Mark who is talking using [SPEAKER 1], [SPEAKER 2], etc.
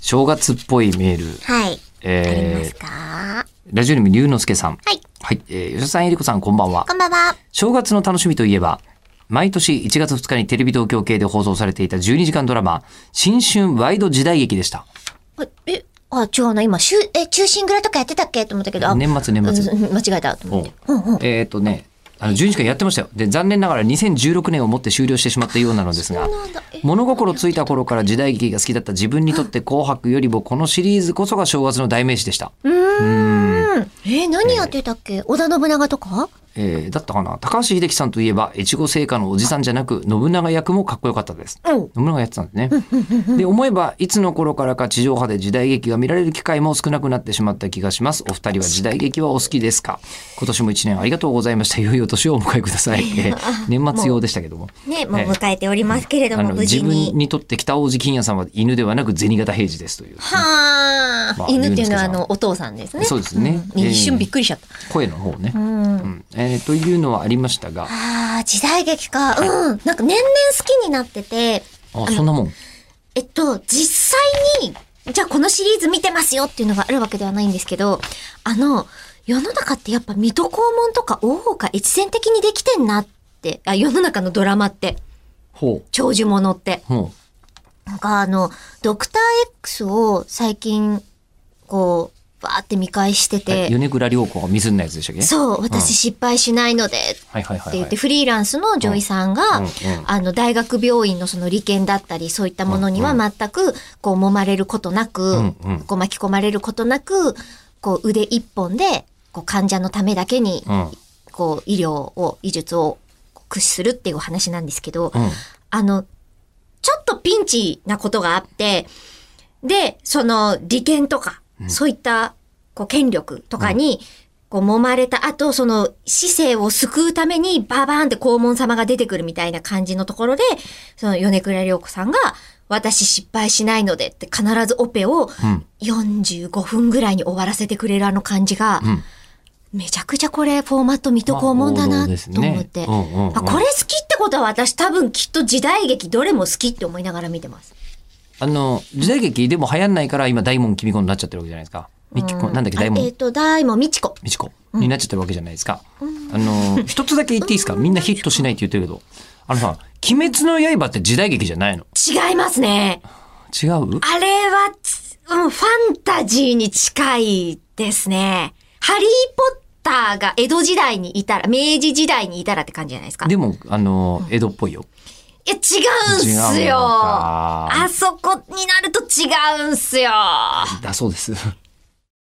[SPEAKER 1] 正月っぽいメール。
[SPEAKER 2] はい。ありま
[SPEAKER 1] え
[SPEAKER 2] す
[SPEAKER 1] ー、
[SPEAKER 2] か
[SPEAKER 1] ラジオネーム龍之介さん。
[SPEAKER 2] はい。
[SPEAKER 1] はい。えー、吉田さん、えりこさん、こんばんは
[SPEAKER 2] こ。んばんは。
[SPEAKER 1] 正月の楽しみといえば、毎年1月2日にテレビ東京系で放送されていた12時間ドラマ、新春ワイド時代劇でした。
[SPEAKER 2] え、あ、違うな。今、しゅえ、中心蔵とかやってたっけと思ったけど、あ、
[SPEAKER 1] 年末年末。
[SPEAKER 2] うん間違えたと思って。うんうん。
[SPEAKER 1] えっ、とね、あの12時間やってましたよ。で、残念ながら2016年をもって終了してしまったようなのですが
[SPEAKER 2] そうなんだえ、
[SPEAKER 1] 物心ついた頃から時代劇が好きだった自分にとって紅白よりもこのシリーズこそが正月の代名詞でした。
[SPEAKER 2] うん。え、何やってたっけ織田信長とか
[SPEAKER 1] えーだったかな高橋秀樹さんといえば、越後製菓のおじさんじゃなく、信長役もかっこよかったです。
[SPEAKER 2] うん。
[SPEAKER 1] 信長やってたんですね。で、思えば、いつの頃からか地上波で時代劇が見られる機会も少なくなってしまった気がします。お二人は時代劇はお好きですか今年も一年ありがとうございました。いよいよ年をお迎えください。えー年末用でしたけども。
[SPEAKER 2] ね、もう迎えておりますけれど
[SPEAKER 1] あ
[SPEAKER 2] も、
[SPEAKER 1] の
[SPEAKER 2] 無
[SPEAKER 1] 自
[SPEAKER 2] 事
[SPEAKER 1] 分
[SPEAKER 2] に。
[SPEAKER 1] にとって北大路欣也さんは犬ではなく銭形平次ですという
[SPEAKER 2] は
[SPEAKER 1] ま
[SPEAKER 2] あ
[SPEAKER 1] あ。
[SPEAKER 2] 犬っていうのは、
[SPEAKER 1] ゆうのすけさ
[SPEAKER 2] あ
[SPEAKER 1] ん
[SPEAKER 2] の、お父さんですね。
[SPEAKER 1] そうですね
[SPEAKER 2] うん
[SPEAKER 1] えー
[SPEAKER 2] 一瞬びっくりしちゃった。
[SPEAKER 1] 声の方ね。
[SPEAKER 2] うん
[SPEAKER 1] うんえーというのはありましたが、
[SPEAKER 2] ああ、時代劇か。うん。なんか年々好きになってて、
[SPEAKER 1] あそんなもん。
[SPEAKER 2] えっと、実際に、じゃあこのシリーズ見てますよっていうのがあるわけではないんですけど、あの、世の中ってやっぱ水戸黄門とか大王が一線的にできてんなって、あ、世の中のドラマって、
[SPEAKER 1] ほ
[SPEAKER 2] 長寿ものって。
[SPEAKER 1] う。ほ
[SPEAKER 2] なんかあの、ドクター X を最近、こう、わーって見返して
[SPEAKER 1] う。はい
[SPEAKER 2] て、
[SPEAKER 1] 米倉涼子が水のやつでしたっけ
[SPEAKER 2] そう、私失敗しないので
[SPEAKER 1] はいはい
[SPEAKER 2] っ
[SPEAKER 1] は
[SPEAKER 2] て
[SPEAKER 1] い
[SPEAKER 2] 言
[SPEAKER 1] は
[SPEAKER 2] っ
[SPEAKER 1] い
[SPEAKER 2] て、。フリーランスの女医さんが
[SPEAKER 1] うんうん、
[SPEAKER 2] あの、大学病院のその利権だったり、そういったものには全く、こう、揉まれることなく
[SPEAKER 1] うんうん、
[SPEAKER 2] こう、巻き込まれることなく、こう、腕一本で、こう、患者のためだけに
[SPEAKER 1] う、ん。
[SPEAKER 2] こう、医療を、医術を駆使するっていうお話なんですけど
[SPEAKER 1] う、ん。
[SPEAKER 2] あの、ちょっとピンチなことがあって、で、その、利権とか、そういった、こう、権力とかに、こう、揉まれた後、その、市政を救うために、ババーンって黄門様が出てくるみたいな感じのところで、その、米倉涼子さんが、私失敗しないのでって、必ずオペを
[SPEAKER 1] ん、
[SPEAKER 2] 45分ぐらいに終わらせてくれるあの感じが、
[SPEAKER 1] ん
[SPEAKER 2] めちゃくちゃこれ、フォーマット見とこうもん
[SPEAKER 1] まあ
[SPEAKER 2] だな、
[SPEAKER 1] 王道
[SPEAKER 2] と
[SPEAKER 1] ですね
[SPEAKER 2] 思って。
[SPEAKER 1] うんうんうん
[SPEAKER 2] あこれ好きってことは私多分きっと時代劇どれも好きって思いながら見てます。
[SPEAKER 1] あの、時代劇でも流行んないから今大門君子になっちゃってるわけじゃないですか。みきこなんだっけ
[SPEAKER 2] あ
[SPEAKER 1] 大
[SPEAKER 2] えっ
[SPEAKER 1] 門
[SPEAKER 2] と、大門みちこ。
[SPEAKER 1] みちこになっちゃってるわけじゃないですか。あの、一つだけ言っていいですかみんなヒットしないって言ってるけど。あのさ、鬼滅の刃って時代劇じゃないの
[SPEAKER 2] 違いますね。
[SPEAKER 1] 違う
[SPEAKER 2] あれはつ、うん、ファンタジーに近いですね。ハリーポッターが江戸時代にいたら、明治時代にいたらって感じじゃないですか。い
[SPEAKER 1] でも、あの、江戸っぽいよ。
[SPEAKER 2] や、違うんす
[SPEAKER 1] 違うの
[SPEAKER 2] よ。
[SPEAKER 1] か
[SPEAKER 2] あそこになると違うんすよ。
[SPEAKER 1] だそうです。